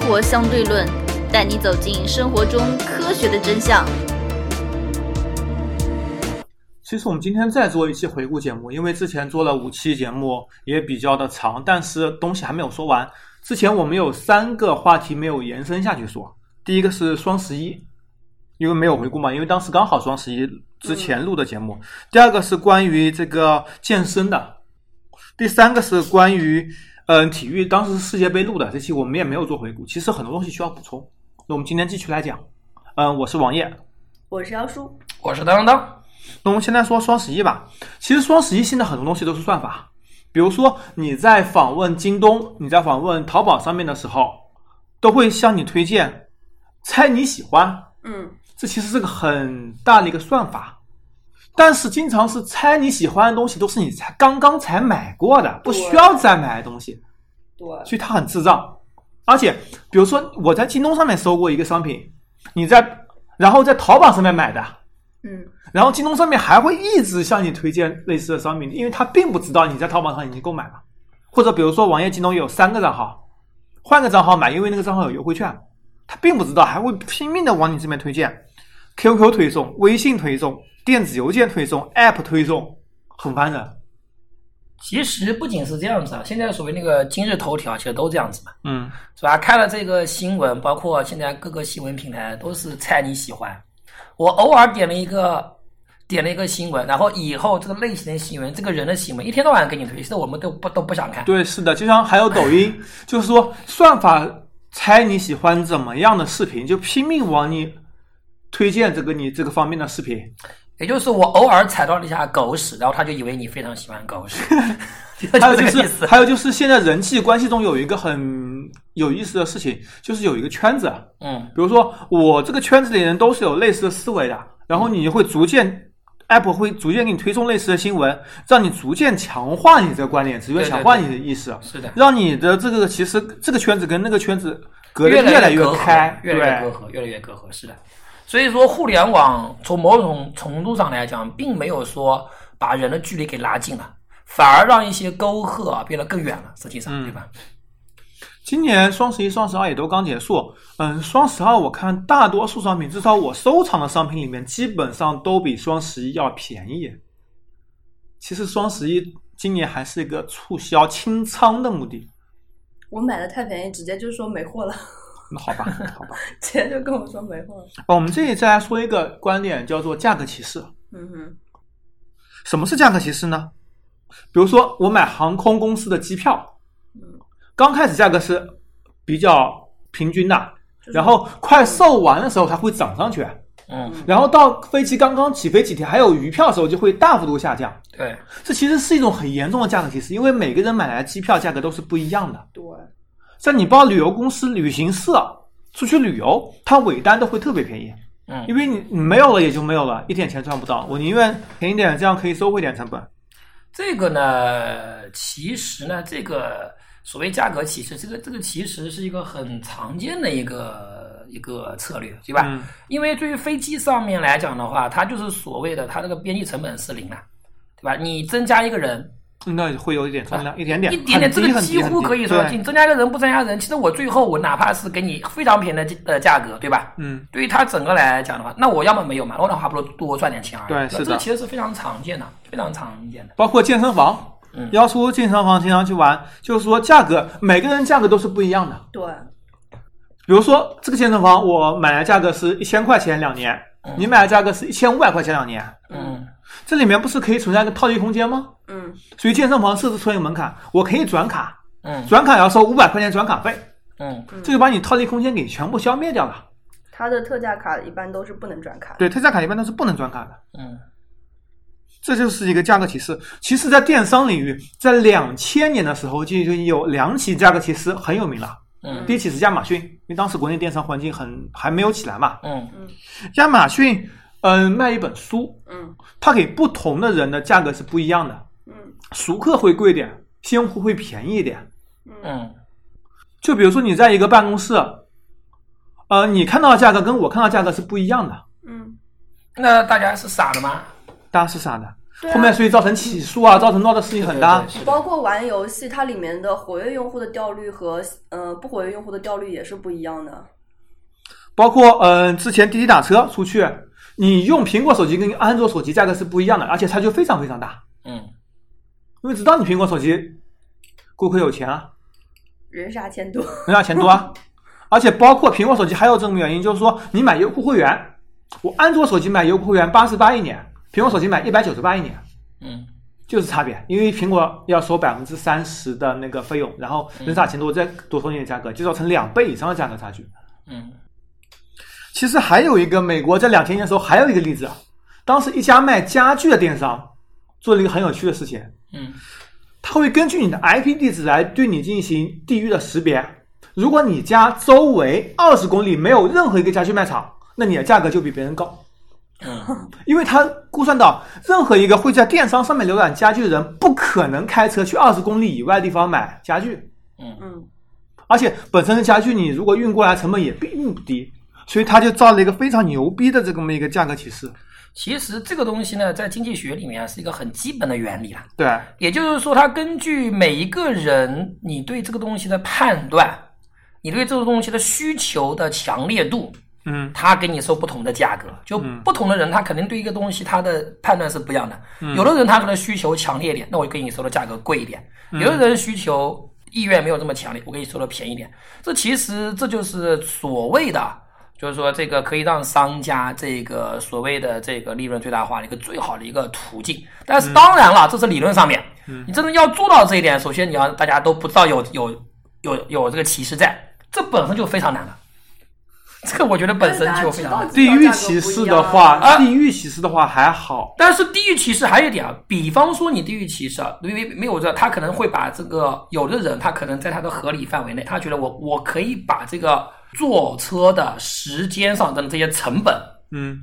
活相对论》，带你走进生活中科学的真相。其实我们今天再做一期回顾节目，因为之前做了五期节目，也比较的长，但是东西还没有说完。之前我们有三个话题没有延伸下去说，第一个是双十一，因为没有回顾嘛，因为当时刚好双十一之前录的节目。第二个是关于这个健身的，第三个是关于嗯、呃体育，当时是世界杯录的，这期我们也没有做回顾。其实很多东西需要补充，那我们今天继续来讲。嗯、我是王烨，我是妖叔，我是当当，那我们现在说双十一吧。其实双十一现在很多东西都是算法，比如说你在访问京东、你在访问淘宝上面的时候，都会向你推荐猜你喜欢，嗯，这其实是个很大的一个算法。但是经常是猜你喜欢的东西都是你才刚刚才买过的，不需要再买的东西。对，所以它很智障。而且，比如说我在京东上面搜过一个商品，你在然后在淘宝上面买的，嗯，然后京东上面还会一直向你推荐类似的商品，因为它并不知道你在淘宝上已经购买了，或者比如说网页京东有三个账号，换个账号买，因为那个账号有优惠券，它并不知道，还会拼命的往你这边推荐，QQ 推送、微信推送、电子邮件推送、App 推送，很烦人。其实不仅是这样子啊，现在所谓那个今日头条，其实都这样子嘛，嗯，是吧？看了这个新闻，包括现在各个新闻平台都是猜你喜欢。我偶尔点了一个，点了一个新闻，然后以后这个类型的新闻，这个人的新闻，一天到晚给你推，现在我们都不都不想看。对，是的，就像还有抖音，就是说算法猜你喜欢怎么样的视频，就拼命往你推荐这个你这个方面的视频。也就是我偶尔踩到了一下狗屎，然后他就以为你非常喜欢狗屎， 就还有这就个意是，思。还有就是，现在人际关系中有一个很有意思的事情，就是有一个圈子，啊嗯，比如说我这个圈子里人都是有类似的思维的，然后你会逐渐，app 会逐渐给你推送类似的新闻，让你逐渐强化你这个观点，直接对对强化你的意识，啊是的，让你的这个其实这个圈子跟那个圈子隔得越来来越隔阂开，越来越对隔阂，越来越隔阂，是的。所以说，互联网从某种程度上来讲，并没有说把人的距离给拉近了，反而让一些沟壑啊变得更远了，实嗯际上，对吧？今年双十一、双十二也都刚结束，嗯，双十二我看大多数商品，至少我收藏的商品里面，基本上都比双十一要便宜。其实双十一今年还是一个促销清仓的目的。我买的太便宜，直接就说没货了， 那 好吧，好吧。直接就跟我说没货了。哦，我们这里再来说一个观点，叫做价格歧视。嗯哼，什么是价格歧视呢？比如说，我买航空公司的机票，刚开始价格是比较平均的，然后快售完的时候它会涨上去。嗯，然后到飞机刚刚起飞几天，还有余票的时候，就会大幅度下降。对，这其实是一种很严重的价格歧视，因为每个人买来的机票价格都是不一样的。对，像你报旅游公司、旅行社出去旅游，它尾单都会特别便宜，嗯因为你你没有了也就没有了，一点钱赚不到。我宁愿便宜点，这样可以收回点成本。这个呢，其实呢，这个所谓价格歧视，这个这个其实是一个很常见的一个一个策略，对吧？嗯因为对于飞机上面来讲的话，它就是所谓的它这个边际成本是零啊，对吧？你增加一个人，那会有一点重量，一点点，啊一点点，这很低个很低几乎很低可以说，对你增加一个人不增加人，其实我最后我哪怕是给你非常便宜的价呃价格，对吧？嗯，对于他整个来讲的话，那我要么没有嘛，我那还不如多赚点钱而已。对吧是的这个其实是非常常见的，非常常见的。包括健身房，嗯要说健身房经常去玩，就是说价格每个人价格都是不一样的。对，比如说这个健身房，我买来价格是一千块钱两年，你买来价格是一千五百块钱两年，嗯，这里面不是可以存在一个套利空间吗？嗯，所以健身房设置出一个门槛，我可以转卡，嗯转卡要收五百块钱转卡费，嗯，这就把你套利空间给全部消灭掉了。它的特价卡一般都是不能转卡。对，特价卡一般都是不能转卡的。嗯，这就是一个价格歧视。其实，在电商领域，在两千年的时候就已经有两起价格歧视很有名了。嗯第一起是亚马逊，因为当时国内电商环境很还没有起来嘛。嗯，亚马逊，嗯、卖一本书，嗯它给不同的人的价格是不一样的。嗯熟客会贵一点，新户会便宜一点。嗯，就比如说你在一个办公室，呃，你看到的价格跟我看到的价格是不一样的，嗯，那大家是傻的吗？大家是啥的？对啊后面所以造成起诉啊，造成闹的事情很大。对对对是的包括玩游戏，它里面的活跃用户的调率和呃不活跃用户的调率也是不一样的。包括嗯、呃之前滴滴打车出去，你用苹果手机跟安卓手机价格是不一样的，而且差距非常非常大。嗯，因为知道你苹果手机顾客有钱啊，人傻钱多，人家钱多啊。而且包括苹果手机还有这种原因，就是说你买优酷会员，我安卓手机买优酷会员八十八一年，苹果手机买一百九十八一年，嗯，就是差别。因为苹果要收百分之三十的那个费用，然后人傻钱多再多收你的价格，就造成两倍以上的价格差距。嗯，其实还有一个美国这两千年的时候还有一个例子，啊当时一家卖家具的电商做了一个很有趣的事情，嗯，它会根据你的 IP 地址来对你进行地域的识别。如果你家周围二十公里没有任何一个家具卖场，那你的价格就比别人高，嗯，因为它估算到任何一个会在电商上面浏览家具的人，不可能开车去二十公里以外的地方买家具，嗯， 嗯，而且本身的家具你如果运过来成本也并不低，所以它就造了一个非常牛逼的这么一个价格歧视。其实这个东西呢，在经济学里面啊是一个很基本的原理啦。对，也就是说，它根据每一个人你对这个东西的判断，你对这个东西的需求的强烈度，嗯，他给你收不同的价格，就不同的人，他肯定对一个东西他的判断是不一样的。有的人他可能需求强烈一点，那我给你收的价格贵一点；有的人需求意愿没有这么强烈，我给你收的便宜一点。这其实这就是所谓的，就是说这个可以让商家这个所谓的这个利润最大化的一个最好的一个途径。但是当然了，这是理论上面，你真的要做到这一点，首先你要大家都不知道有有有有这个歧视在，这本身就非常难了。这个我觉得本身就非常难。地域歧视的啊，话，地域歧视的话还好，但是地域歧视还有一点啊，比方说你地域歧视啊，因为没有这，他可能会把这个有的人，他可能在他的合理范围内，他觉得我哦我可以把这个坐车的时间上的这些成本，嗯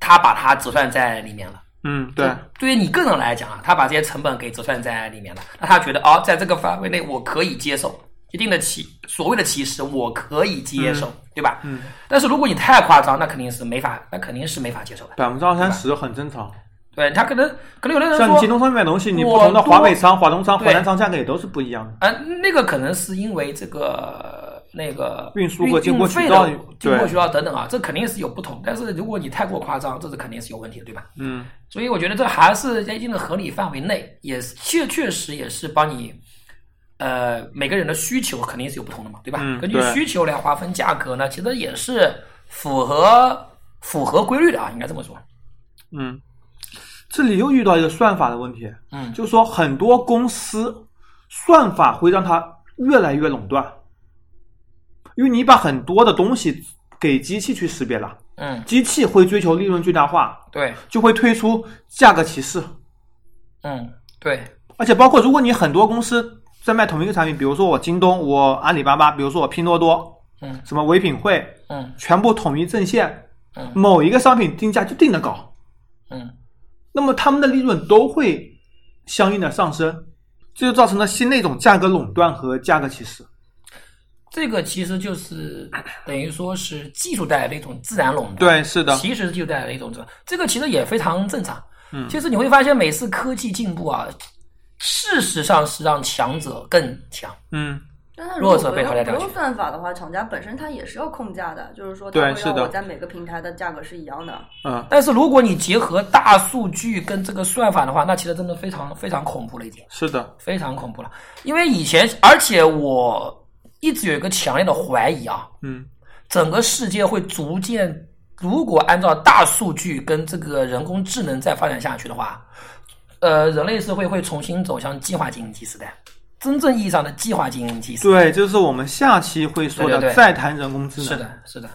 他把它折算在里面了。嗯，对，对于你个人来讲啊，他把这些成本给折算在里面了，那他觉得哦，在这个范围内我可以接受一定的歧，所谓的歧视我可以接受，对吧？嗯。但是如果你太夸张，那肯定是没法，那肯定是没法接受的。百分之二三十很正常。对他可能可能有的人说，像你京东上面买东西，你不我同的华多北商、华东商、对华南商价格也都是不一样的。啊，那个可能是因为这个那个运输和经过运费渠道的对经过渠道等等啊，这肯定是有不同。但是如果你太过夸张，这是肯定是有问题的，对吧？嗯，所以我觉得这还是在一定的合理范围内，也是确确实也是帮你，呃，每个人的需求肯定是有不同的嘛，对吧？嗯根据对需求来划分价格呢，其实也是符合符合规律的啊，应该这么说。嗯，这里又遇到一个算法的问题，嗯就是说很多公司算法会让它越来越垄断，因为你把很多的东西给机器去识别了，嗯，机器会追求利润最大化，对，就会推出价格歧视。嗯对，而且包括如果你很多公司在卖同一个产品，比如说我京东、我阿里巴巴，比如说我拼多多，嗯什么唯品会，嗯全部统一阵线，嗯某一个商品定价就定得高，嗯那么他们的利润都会相应的上升，这就造成了新的一种价格垄断和价格歧视。这个其实就是等于说是技术带来的一种自然垄断。对，是的，其实就带来了一种这种，这个其实也非常正常。嗯，其实你会发现，每次科技进步啊，事实上是让强者更强。嗯，但它如弱果者不被用淘汰不掉用去算法的话，厂家本身它也是要控价的，就是说对它会是让的我在每个平台的价格是一样的。嗯，但是如果你结合大数据跟这个算法的话，那其实真的非常非常恐怖了，已经是的，非常恐怖了。因为以前，而且我一直有一个强烈的怀疑啊，嗯整个世界会逐渐，如果按照大数据跟这个人工智能再发展下去的话，呃，人类社会会重新走向计划经济时代，真正意义上的计划经济时代。对，这是我们下期会说的，对对对再谈人工智能。是的，是的，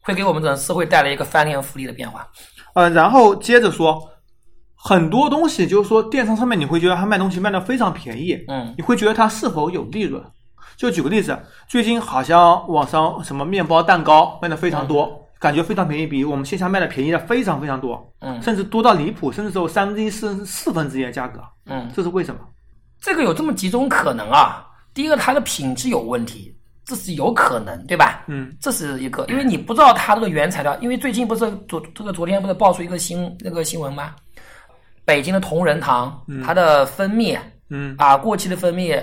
会给我们整个社会带来一个翻天覆地的变化。呃，然后接着说，很多东西就是说，电商上面你会觉得他卖东西卖的非常便宜，嗯你会觉得它是否有利润？就举个例子，最近好像网上什么面包、蛋糕卖的非常多，感觉非常便宜，比我们线下卖的便宜的非常非常多，嗯甚至多到离谱，甚至只有三分之一、四四分之一的价格，嗯，这是为什么？这个有这么几种可能啊。第一个，它的品质有问题，这是有可能，对吧？嗯，这是一个，因为你不知道它这个原材料，因为最近不是昨这个昨天不是爆出一个新那个新闻吗？北京的同仁堂嗯，它的蜂蜜嗯啊，过期的蜂蜜，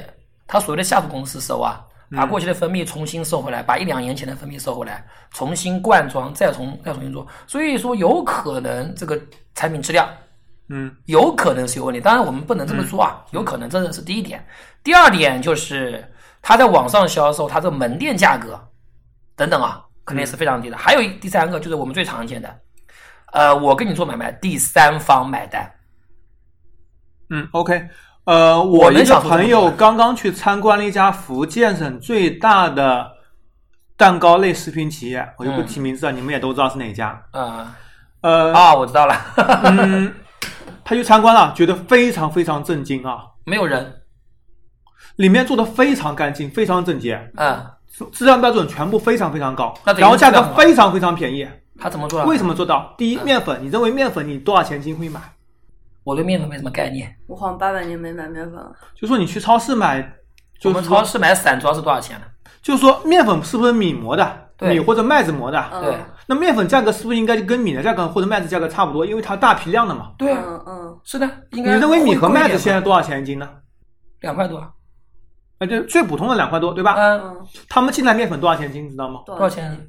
它所谓的下属公司收啊，把过期的蜂蜜重新收回来，把一两年前的蜂蜜收回来，重新灌装，再重再重新做。所以说，有可能这个产品质量嗯有可能是有问题，当然我们不能这么说啊，有可能这是第一点。第二点就是它在网上销售，它的门店价格等等啊，肯定是非常低的。还有一第三个就是我们最常见的，呃，我跟你做买卖，第三方买单，嗯，OK。呃，我我能一个想出朋什友么来刚刚去参观了一家福建省最大的蛋糕类食品企业，我就不嗯提名字了，你们也都知道是哪家。呃，呃，啊，我知道了，嗯， 他去参观了，觉得非常非常震惊啊！没有人，里面做的非常干净，非常整洁，嗯，质量标准全部非常非常高那，等于然后价质格量很好非常非常便宜。他怎么做的？啊为么什么做到？第一，面粉，你认为面粉你多少钱斤会买？我对面粉没什么概念？我好像八百年没买面粉了。就说你去超市买，我就们是说超市买散装是多少钱呢？啊就是说面粉是不是米磨的，对米或者麦子磨的？嗯对那面粉价格是不是应该就跟米的价格或者麦子价格差不多？因为它大批量的嘛。对啊，嗯嗯，是的，应你该认为米和麦子贵一现点吧在多少钱一斤呢？两块多，啊，就最普通的两块多，对吧？嗯，嗯，他们进来面粉多少钱一斤，知道吗？多多少？钱？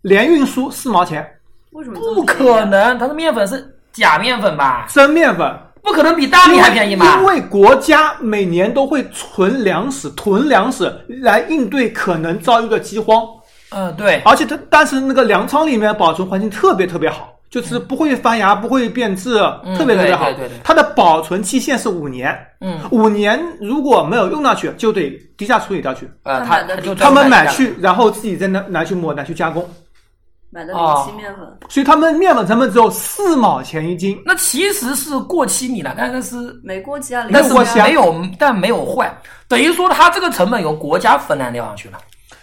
连运输四毛钱，为什么这么不可能，它的面粉是假面粉吧？真面粉不可能比大米还便宜吧因？为国家每年都会存粮食、囤粮食来应对可能遭遇的饥荒，嗯，对，而且它但是那个粮仓里面保存环境特别特别好，就是不会发芽、不会变质，嗯特别特别好对对对对。它的保存期限是五年，嗯，五年如果没有用上去，就得低价处理掉去。呃，他他买的就他专们门买这样，去，然后自己再拿拿去磨、拿去加工，买的啊临期面粉？所以他们面粉成本只有四毛钱一斤。那其实是过期米了，但是是没过期啊，但零是过期啊没有，但没有坏，等于说它这个成本由国家分担掉上去了。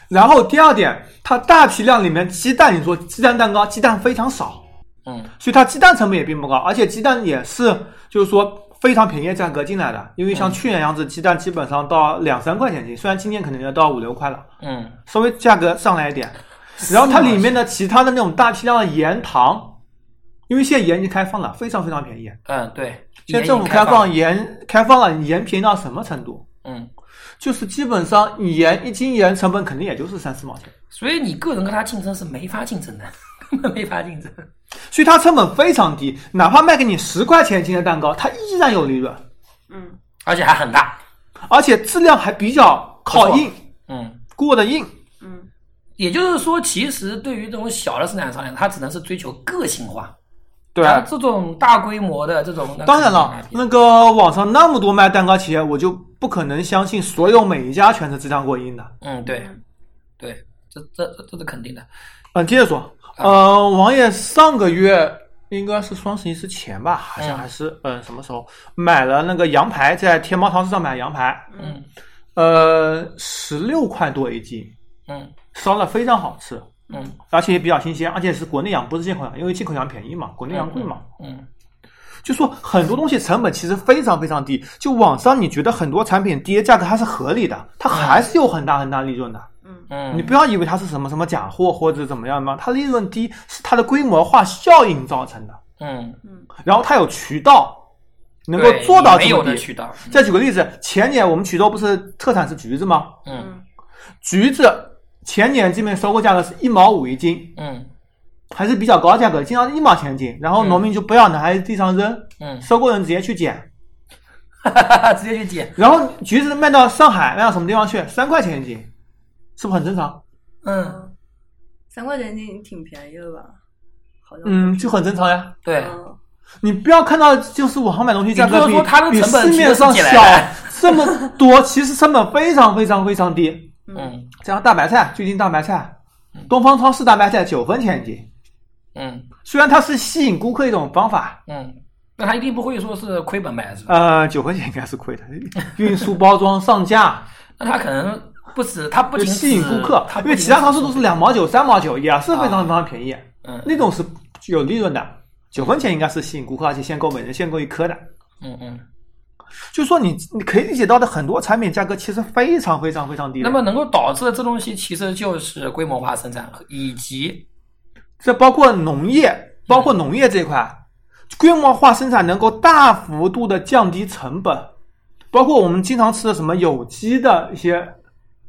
然后第二点，它大批量里面鸡蛋，你说鸡蛋蛋糕，鸡蛋非常少。嗯，所以它鸡蛋成本也并不高，而且鸡蛋也是就是说非常便宜的价格进来的，因为像去年样子，鸡蛋基本上到两三块钱斤，虽然今年可能要到五六块了，嗯，稍微价格上来一点。然后它里面的其他的那种大批量的盐糖，因为现在盐已经开放了，非常非常便宜。嗯，对，现在政府开开放，盐开放了，盐便宜到什么程度？嗯，就是基本上你盐一斤盐成本肯定也就是三四毛钱，所以你个人跟他竞争是没法竞争的， 根本没法竞争。所以它成本非常低，哪怕卖给你十块钱一斤的蛋糕，它依然有利润。嗯，而且还很大，而且质量还比较靠硬，嗯，过得硬。嗯，也就是说，其实对于这种小的生产商来讲，它只能是追求个性化。对啊，这种大规模的这种，当然了，那个网上那么多卖蛋糕企业，我就不可能相信所有每一家全是质量过硬的。嗯，对，对，这这这这是肯定的。嗯，接着说，啊呃，王爷上个月应该是双十一之前吧，好像嗯还是嗯、呃什么时候买了那个羊排，在天猫超市上买羊排，嗯呃，十六块多一斤，嗯烧的非常好吃，嗯而且也比较新鲜，而且是国内羊，不是进口羊，因为进口羊便宜嘛，国内羊贵嘛。嗯，就说很多东西成本其实非常非常低，就网上你觉得很多产品低的价格它是合理的，它还是有很大很大利润的。嗯，你不要以为它是什么什么假货或者怎么样嘛，它利润低是它的规模化效应造成的，嗯然后它有渠道能够对做到你没这有么的低。渠道，再举个例子，前年我们衢州不是特产是橘子吗？嗯橘子前年基本收购价格是一毛五一斤，嗯还是比较高的价格，经常一毛钱一斤。然后农民就不要拿，还地上扔， 嗯，收购人直接去捡。直接去捡，然后橘子卖到上海，卖到什么地方去？三块钱一斤，是不是很正常？嗯，嗯，三块钱一斤挺便宜了吧？好像嗯，就很正常呀。对，嗯你不要看到就是网上买东西价格比你就是说他们比成本市面上其实小是起来的这么多， 其实成本非常非常非常低。嗯嗯加上大白菜，最近大白菜，东方超市大白菜九分钱一斤，嗯虽然它是吸引顾客一种方法，嗯，那他一定不会说是亏本卖是吧？呃，九分钱应该是亏的， 运输、包装、上架，那他可能不止，他不就仅吸引止顾客他，不因为仅其他止超市都是两毛九、三毛九，也是非啊常非常便宜。嗯那种是有利润的，九分钱应该是吸引顾客，而且限购每人限购一颗的。嗯嗯。就是说你你可以理解到的很多产品价格其实非常非常非常低的。那么能够导致的这东西，其实就是规模化生产以及这包括农业，包括农业这一块，规模化生产能够大幅度的降低成本，包括我们经常吃的什么有机的一些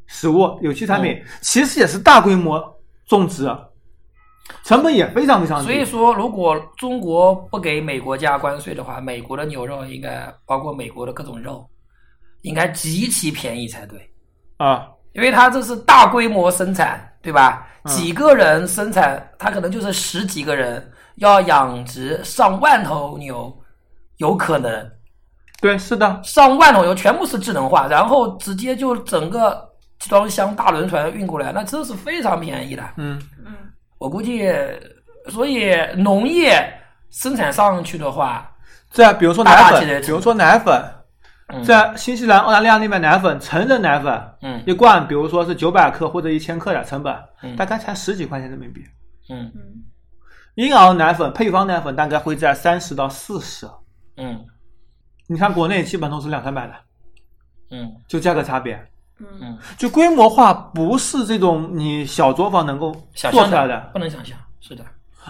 食物、有机产品，嗯其实也是大规模种植，啊成本也非常非常低。啊所以说，如果中国不给美国加关税的话，美国的牛肉应该包括美国的各种肉，应该极其便宜才对，啊，因为它这是大规模生产，对嗯吧？几个人生产，它可能就是十几个人要养殖上万头牛，有可能对，是的，上万头牛全部是智能化，然后直接就整个集装箱大轮船运过来，那真是非常便宜的。嗯，嗯，我估计，所以农业生产上去的话，在比如说大奶大气的粉，比如说奶粉，嗯在新西兰、澳大利亚那边奶粉，成人奶粉嗯一罐，比如说是九百克或者一千克的成本，嗯大概才十几块钱人民币。嗯嗯，婴儿奶粉、配方奶粉大概会在三十到四十，嗯你看国内基本都是两三百的，嗯就价格差别。嗯，嗯，就规模化不是这种你小作坊能够想做象出来的，不能想象，是的，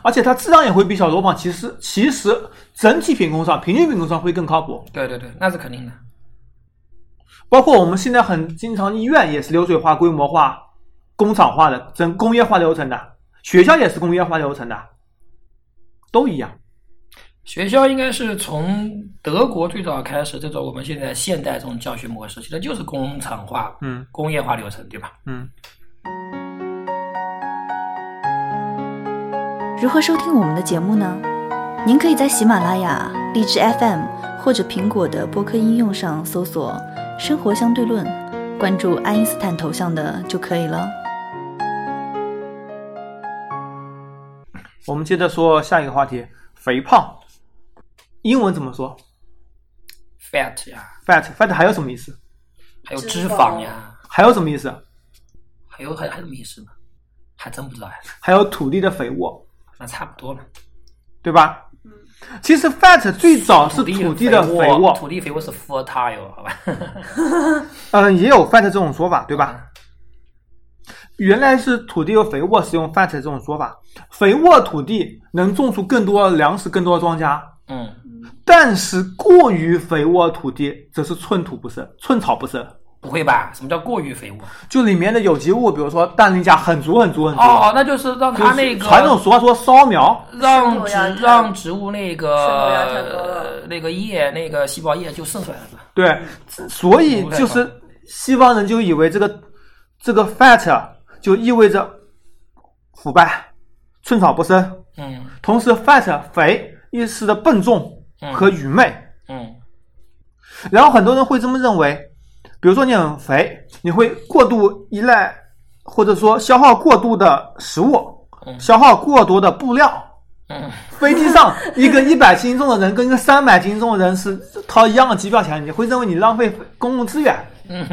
而且它质量也会比小作坊其实其实整体品控上、平均品控上会更靠谱。对对对，那是肯定的，包括我们现在很经常医院也是流水化、规模化、工厂化的、整工业化流程的，学校也是工业化流程的，都一样。学校应该是从德国最早开始这种我们现在现代这种教学模式，其实就是工厂化、嗯工业化流程，对吧？嗯，如何收听我们的节目呢？您可以在喜马拉雅、荔枝 FM 或者苹果的播客应用上搜索“生活相对论”，关注爱因斯坦头像的就可以了。我们接着说下一个话题：肥胖，英文怎么说 fat 呀， ？fat fat 还有什么意思？还有脂脂肪肪呀，还有什么意思？还有还还有什么意思呢？还真不知道呀，还有土地的肥沃，那差不多了。对吧？其实 fat 最早是土地的肥肥沃，土地肥沃是 fertile，好吧？ 嗯，也有 fat 这种说法，对吧？原来是土地和肥沃使用 fat 这种说法，肥沃土地能种出更多粮食、更多庄稼，嗯，但是过于肥沃土地则是寸土不生、寸草不生。不会吧？什么叫过于肥沃？就里面的有机物，比如说氮磷钾，很足很足很足。哦，那就是让就是它那个传统俗话说烧苗，让渗透压太植让植物那渗透压太高个了那个叶那个细胞液就渗出来了是吧？对，嗯所以就是西方人就以为这个这个 fat 就意味着腐败、寸草不生，嗯同时 fat 肥一时的笨重和愚昧。嗯然后很多人会这么认为，比如说你很肥，你会过度依赖或者说消耗过度的食物，嗯消耗过多的布料。嗯，飞机上一个一百斤重的人跟一个三百斤重的人是掏一样的机票钱，你会认为你浪费公共资源。嗯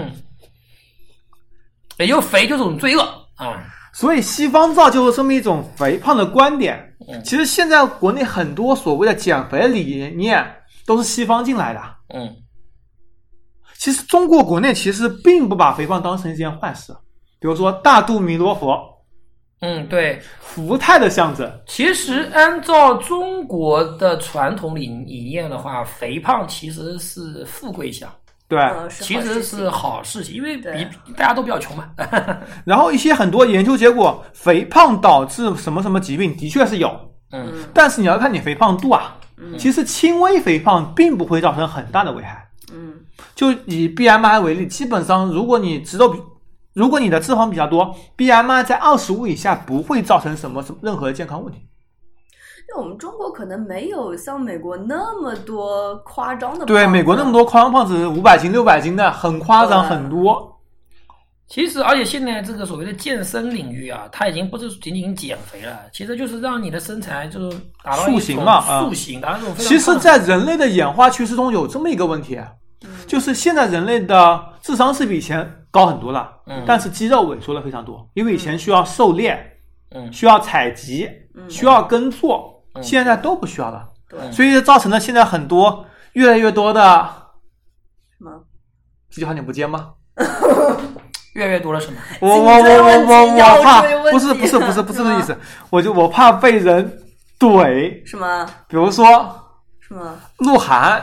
也就肥就是种罪恶啊。所以西方造就了这么一种肥胖的观点。其实现在国内很多所谓的减肥理念都是西方进来的。嗯，其实中国国内其实并不把肥胖当成一件坏事，比如说大肚弥罗佛，嗯，对，福态的象征。其实按照中国的传统理理念的话，肥胖其实是富贵相，对，呃是好哎其实事是情好事情，因为比对大家都比较穷嘛。然后一些很多研究结果，肥胖导致什么什么疾病的确是有，嗯但是你要看你肥胖度啊。其实轻微肥胖并不会造成很大的危害。嗯就以 BMI 为例，基本上如果你脂肉比，如果你的脂肪比较多，BMI 在二十五以下不会造成什么什么任何健康问题。那我们中国可能没有像美国那么多夸张的，对，美国那么，多夸张胖子，五百斤、六百斤的很夸张，对很多。其实，而且现在这个所谓的健身领域啊，它已经不是仅仅减肥了，其实就是让你的身材就是达到一种塑形嘛啊塑形达到这种非常其实，棒在人类的演化趋势中有这么一个问题，啊就是现在人类的智商是比以前高很多了，但是肌肉萎缩了非常多，因为以前需要狩猎，嗯需要采集，需要耕作，现在都不需要了，嗯对所以就造成了现在很多越来越多的什么这句话你不接吗？越来越多了什么？我颈我椎我我问题我我腰怕椎问不是题不是不是不是是这个吗意思，我就我怕被人怼，什么比如说是吗？鹿晗，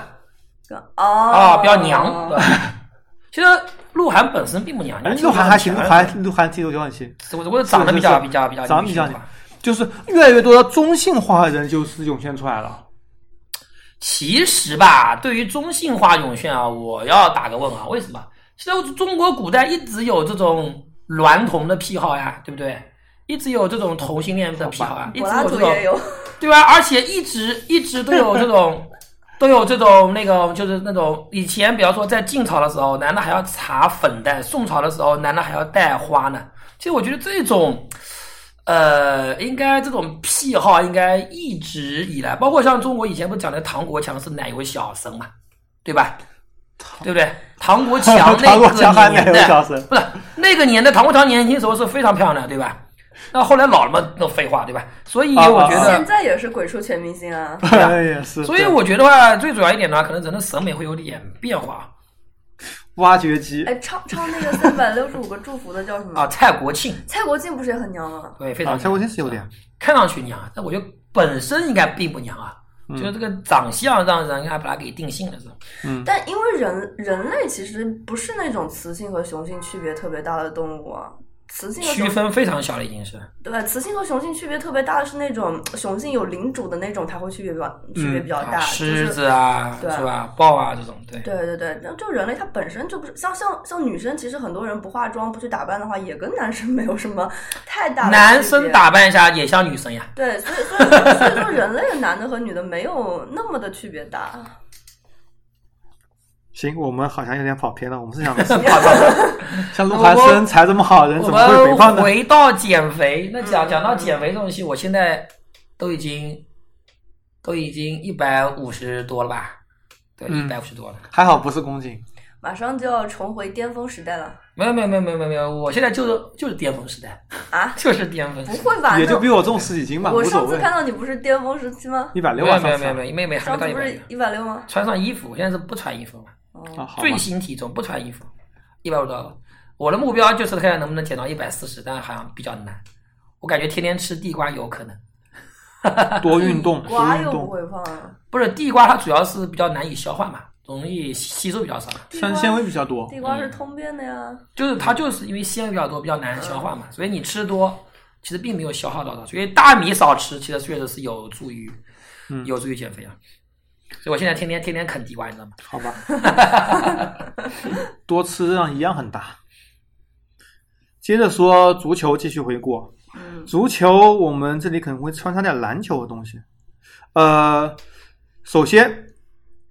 哦，啊，比较娘。对 其实鹿晗本身并不娘，哎因为鹿晗还行，鹿挺晗鹿晗踢足球很行，我我长得比较比较比较长得比女较性娘化。就是越来越多的中性化的人就是涌现出来 了。其实吧，对于中性化涌现啊，我要打个问号，为什么？其实中国古代一直有这种娈童的癖好呀，对不对？一直有这种同性恋的癖好啊，一直柏拉有这图种，也有，对吧？而且一直一直都有这种，都有这种那个，就是那种以前，比方说在晋朝的时候，男的还要搽粉黛；宋朝的时候，男的还要戴花呢。其实我觉得这种，呃，应该这种癖好应该一直以来，包括像中国以前不是讲的唐国强是奶油小生嘛，对吧？对不对？唐国强 那唐国强还个奶年油代，小生，不是那个年代，唐国强年轻时候是非常漂亮的，对吧？那后来老了嘛，那废话，对吧？所以啊我觉啊得现在也是鬼畜全明星啊。对啊也是。所以 对我觉得话，最主要一点呢，可能人的审美会有点变化挖掘机哎，唱唱那个三百六十五个祝福的叫什么？啊。蔡国庆蔡国庆不是也很娘吗？对非啊，常蔡国庆是有点，看上去娘，但我觉得本身应该并不娘啊，就是这个长相让人家把它给定性了是吧？但因为人人类其实不是那种雌性和雄性区别特别大的动物啊，雌性和区雄分非常小了已经是。对雌性和雄性区别特别大的是那种雄性有领主的那种，它会区别比较区别比较啊大，狮就是子啊，对啊是吧？豹啊，这种对，对对对，那就人类它本身就不是像像像女生，其实很多人不化妆不去打扮的话，也跟男生 没有什么太大的男区别生打扮一下也像女生呀。对，所以所以说所以说人类的男的和女的没有那么的区别 大。行，我们好像有点跑偏了，我们是想 像鹿晗身材这么好的人，我怎么会肥胖们呢？回到减肥，那讲嗯讲到减肥这种东西，我现在都已经都已经一百五十多了吧？对，一嗯百五十多了。还好不是公斤，马上就要重回巅峰时代了没有没有没有没有没有没有，我现在就是就是巅峰时代，啊！就是巅峰时不代。会吧？也就那比我重十几斤吧，无我所上谓次。看到你不是巅峰时期吗？一百没六啊，有没上有次没有没有，妹妹还上没到次一不百是。一百六吗？哦穿上衣服，我现在是不穿衣服了，啊，好吧最新体重不穿衣服，一百五多了。我的目标就是看能不能减到一百四十，但好像比较难。我感觉天天吃地瓜有可能， 多运动，多瓜哎运又不动，会胖啊！不是地瓜它主要是比较难以消化嘛，容易吸收比较少。地瓜膳食纤维比较多。嗯地瓜是通便的呀。就是它就是因为纤维比较多，比较难消化嘛，所以你吃多其实并没有消耗到它，所以大米少吃其实确实是有助于，有助于减肥啊。所以我现在天天天天啃地瓜，你知道吗？好吧， 多吃热量一样很大。接着说足球，继续回顾。嗯足球我们这里可能会穿插点篮球的东西。呃，首先，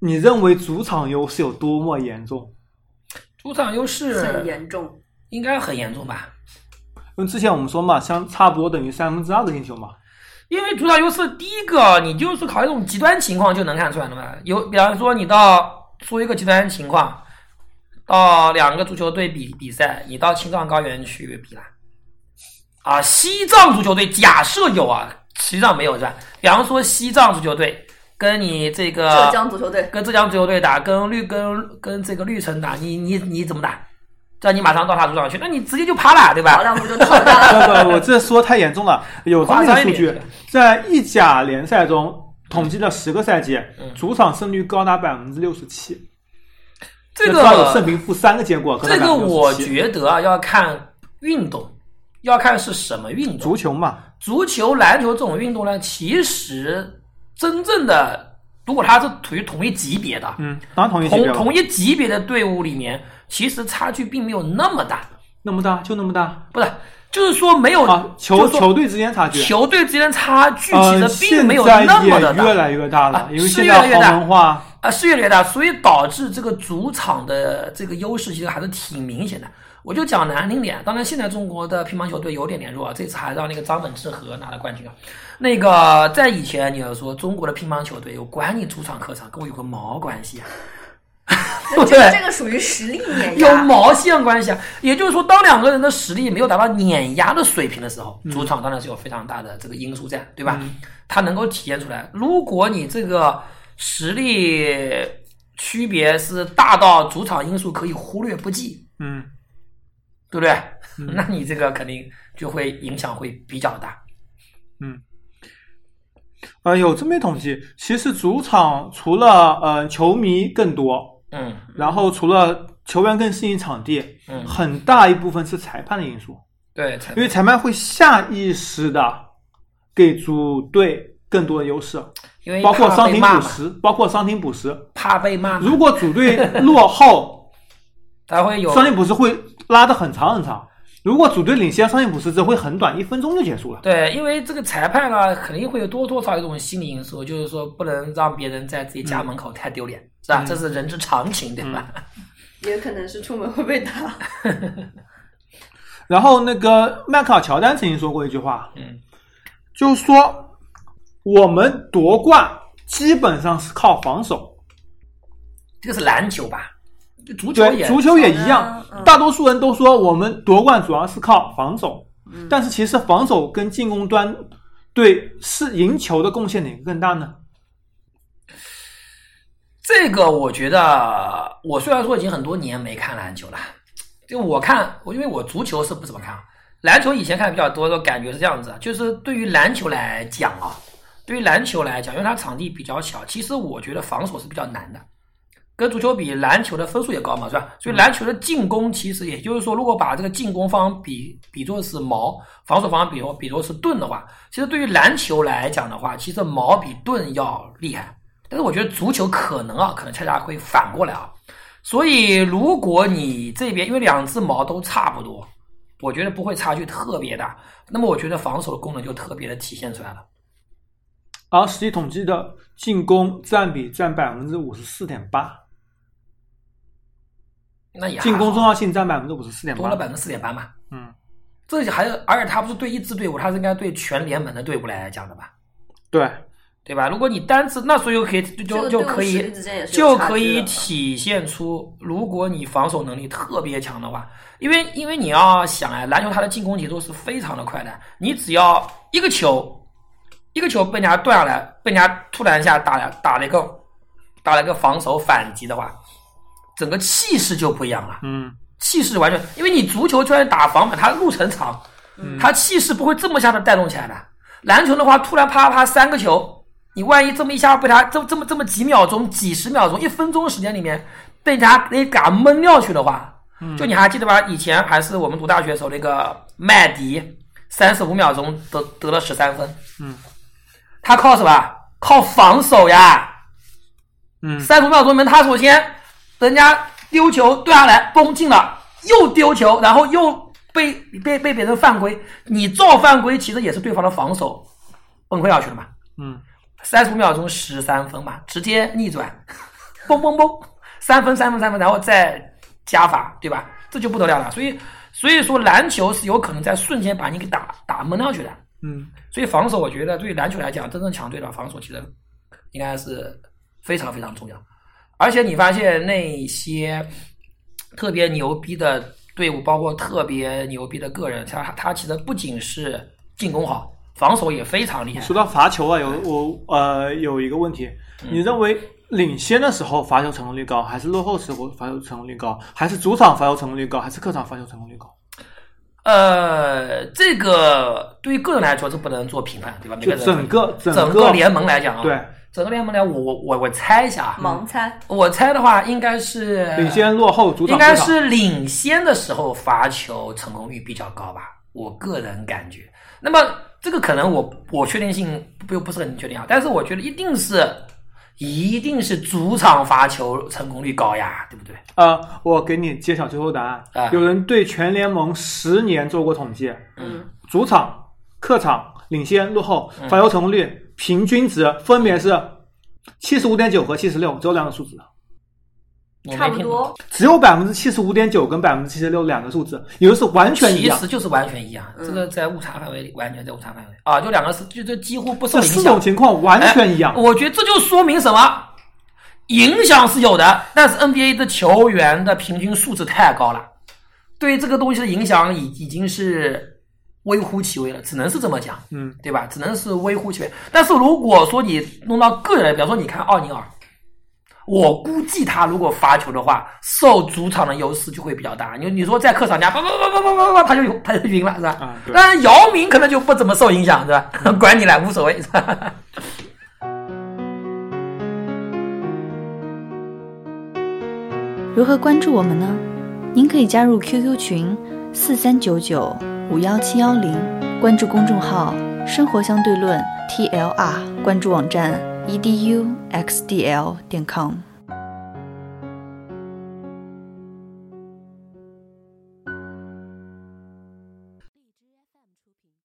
你认为主场优势有多么严重？主场优很势严重。应该很严重吧？因为之前我们说嘛，相差不多等于三分之二个进球嘛。 因为主场优势，第一个你就是考虑这种极端情况就能看出来了嘛。有，比方说你到说一个极端情况，到两个足球队比比赛，你到青藏高原去比啦。啊，西藏足球队假设有啊，实际上没有是吧？比方说西藏足球队跟你这个浙江足球队跟浙江足球队打，跟绿跟跟这个绿城打，你你你怎么打？这你马上到他主场去，那你直接就趴啦，对跑吧？两步就到达了。这个我这说太严重了，有这么一个数夸张一点据，在意甲联赛中统计了十个赛季，嗯主场胜率高达百分之六十七。这知个道有胜平负三个结果，可能这个我97觉得啊，要看运动，要看是什么运动。足球嘛，足球、篮球这种运动呢，其实真正的，如果它是处于同一级别的，嗯，当然同意解同决了，同一级别的队伍里面，其实差距并没有那么大，那么大就那么大不是，就是说没有，啊，哦就球是说球队之间差距，球队之间的差距呃，其实并现没有在那么的也大。越来越大了啊，因为是现越来在越豪大门化，啊，是越来越大，所以导致这个主场的这个优势其实还是挺明显的。我就讲难听点，当然现在中国的乒乓球队有点点弱，啊这次还让那个张本智和拿了冠军啊。那个在以前你要说中国的乒乓球队，有管你主场客场，跟我有个毛关系啊？ 对不 这个对这？个属于实力碾有压。毛线关系啊！也就是说，当两个人的实力没有达到碾压的水平的时嗯候，主场当然是有非常大的这个因素在，对吧？它能够体现出来。如果你这个实力区别是大到主场因素可以忽略不计，嗯，对不对？那你这个肯定就会影响会比较大。呃，有这么一统计，其实主场除了呃球迷更多，嗯然后除了球员更适应场地，嗯，很大一部分是裁判的因素，对，裁因为裁判会下意识的给主队更多的优势，因为包括怕伤被停骂补嘛，时，包括伤停补时。怕被骂嘛，如果主队落后，他会 有伤停补时会拉得很长很长；如果主队领先，伤停补时只会很短，一分钟就结束了。对，因为这个裁判呢，肯定会有多多少少有一种心理因素，就是说不能让别人在自己家门口太丢脸，是吧？嗯这是人之常情，对吧？也可能是出门会被打。然后那个迈克尔乔丹曾经说过一句话，嗯，就是说我们夺冠基本上是靠防守，这个是篮球吧？就足球对也足球也一样嗯。大多数人都说我们夺冠主要是靠防守，嗯但是其实防守跟进攻端对是赢球的贡献哪个更大呢？这个我觉得，我虽然说已经很多年没看篮球了，就我看，我因为我足球是不怎么看，篮球以前看的比较多，的感觉是这样子，啊就是对于篮球来讲啊，对于篮球来讲，因为它场地比较小，其实我觉得防守是比较难的。跟足球比，篮球的分数也高嘛，是吧？所以篮球的进攻其实，也就是说，如果把这个进攻方比比作是矛，防守方比作比作是盾的话，其实对于篮球来讲的话，其实矛比盾要厉害。但是我觉得足球可能啊，可能恰恰会反过来啊。所以如果你这边因为两只矛都差不多，我觉得不会差距特别大。那么我觉得防守的功能就特别的体现出来了。而实际统计的进攻占比占百分之五十四点八，那也还进攻好重要性占百分之五十四点多了八百。分之四点八嘛。嗯，这还有，而且他不是对一支队伍，他是应该对全联盟的队伍来讲的吧？对，对吧？如果你单次，那所以就可以这就就个就队伍可实以力之间也是有就差可距以的体现出，如果你防守能力特别强的话，因为因为你要想啊，篮球它的进攻节奏是非常的快的，你只要一个球，一个球被人家断下来，被人家突然一下打了打了一个打了一个防守反击的话，整个气势就不一样了。嗯，气势完全，因为你足球虽然打防反，它路程长，它气势不会这么一下的带动起来的。篮球的话，突然啪啪三个球，你万一这么一下被他这这么这么几秒钟、几十秒钟、一分钟时间里面被人家给嘎闷掉去的话，就你还记得吧？以前还是我们读大学的时候，那个麦迪三十五秒钟得得了十三分，嗯，他靠什么？靠防守呀。嗯三十五秒钟里面，他首先人家丢球断下来，崩进了，又丢球，然后又被被被别人犯规，你造犯规其实也是对方的防守崩溃下去了嘛。嗯，三十五秒钟十三分嘛，直接逆转，嘣嘣嘣，三分三分三分，然后再加罚，对吧？这就不得了了。所以所以说篮球是有可能在瞬间把你给打打闷上去的。嗯，所以防守，我觉得对于篮球来讲，真正强队的防守其实应该是非常非常重要。而且你发现那些特别牛逼的队伍，包括特别牛逼的个人，他他其实不仅是进攻好，防守也非常厉害说。到罚球啊，有我呃有一个问题，嗯你认为领先的时候罚球成功率高，还是落后时候罚球成功率高，还是主场罚球成功率高，还是客场罚球成功率高？呃，这个对于个人来说是不能做评判，对吧？每就个人整个整个联盟来讲啊，对，整个联盟来，我我我我猜一下啊，盲猜，我猜的话应该是领先落后主场应该客场是领先的时候罚球成功率比较高吧，我个人感觉。那么这个可能我我确定性不不是很确定啊，但是我觉得一定是一定是主场罚球成功率高呀，对不对？呃，我给你揭晓最后答案。啊有人对全联盟十年做过统计，嗯，主场、客场领先落后嗯罚球成功率平均值分别是七十五点九和七十六，只有两个数字。我没差不听多，只有百分之七十五点九跟百分之七十六两个数字，也就是完全一其样。实就是完全一样，嗯这个在误差范围里，完全在误差范围啊，就两个是就就几乎不受这影四响哎种。情况完全一样。我觉得这就说明什么？影响是有的，但是 NBA 的球员的平均素质太高了，对这个东西的影响已已经是微乎其微了，只能是这么讲，嗯，对吧？只能是微乎其微。但是如果说你弄到个人，比方说你看奥尼尔，我估计他如果罚球的话，受主场的优势就会比较大。你你说在客场家叭叭叭叭叭叭叭，他就他就赢了是吧？啊，对。嗯当然，姚明可能就不怎么受影响是吧？ 管你了，无所谓是吧？如何关注我们呢？您可以加入 QQ 群四三九九五幺七幺零，关注公众号“生活 E 相对论 ”TLR，关注网站 edux dl 点 com。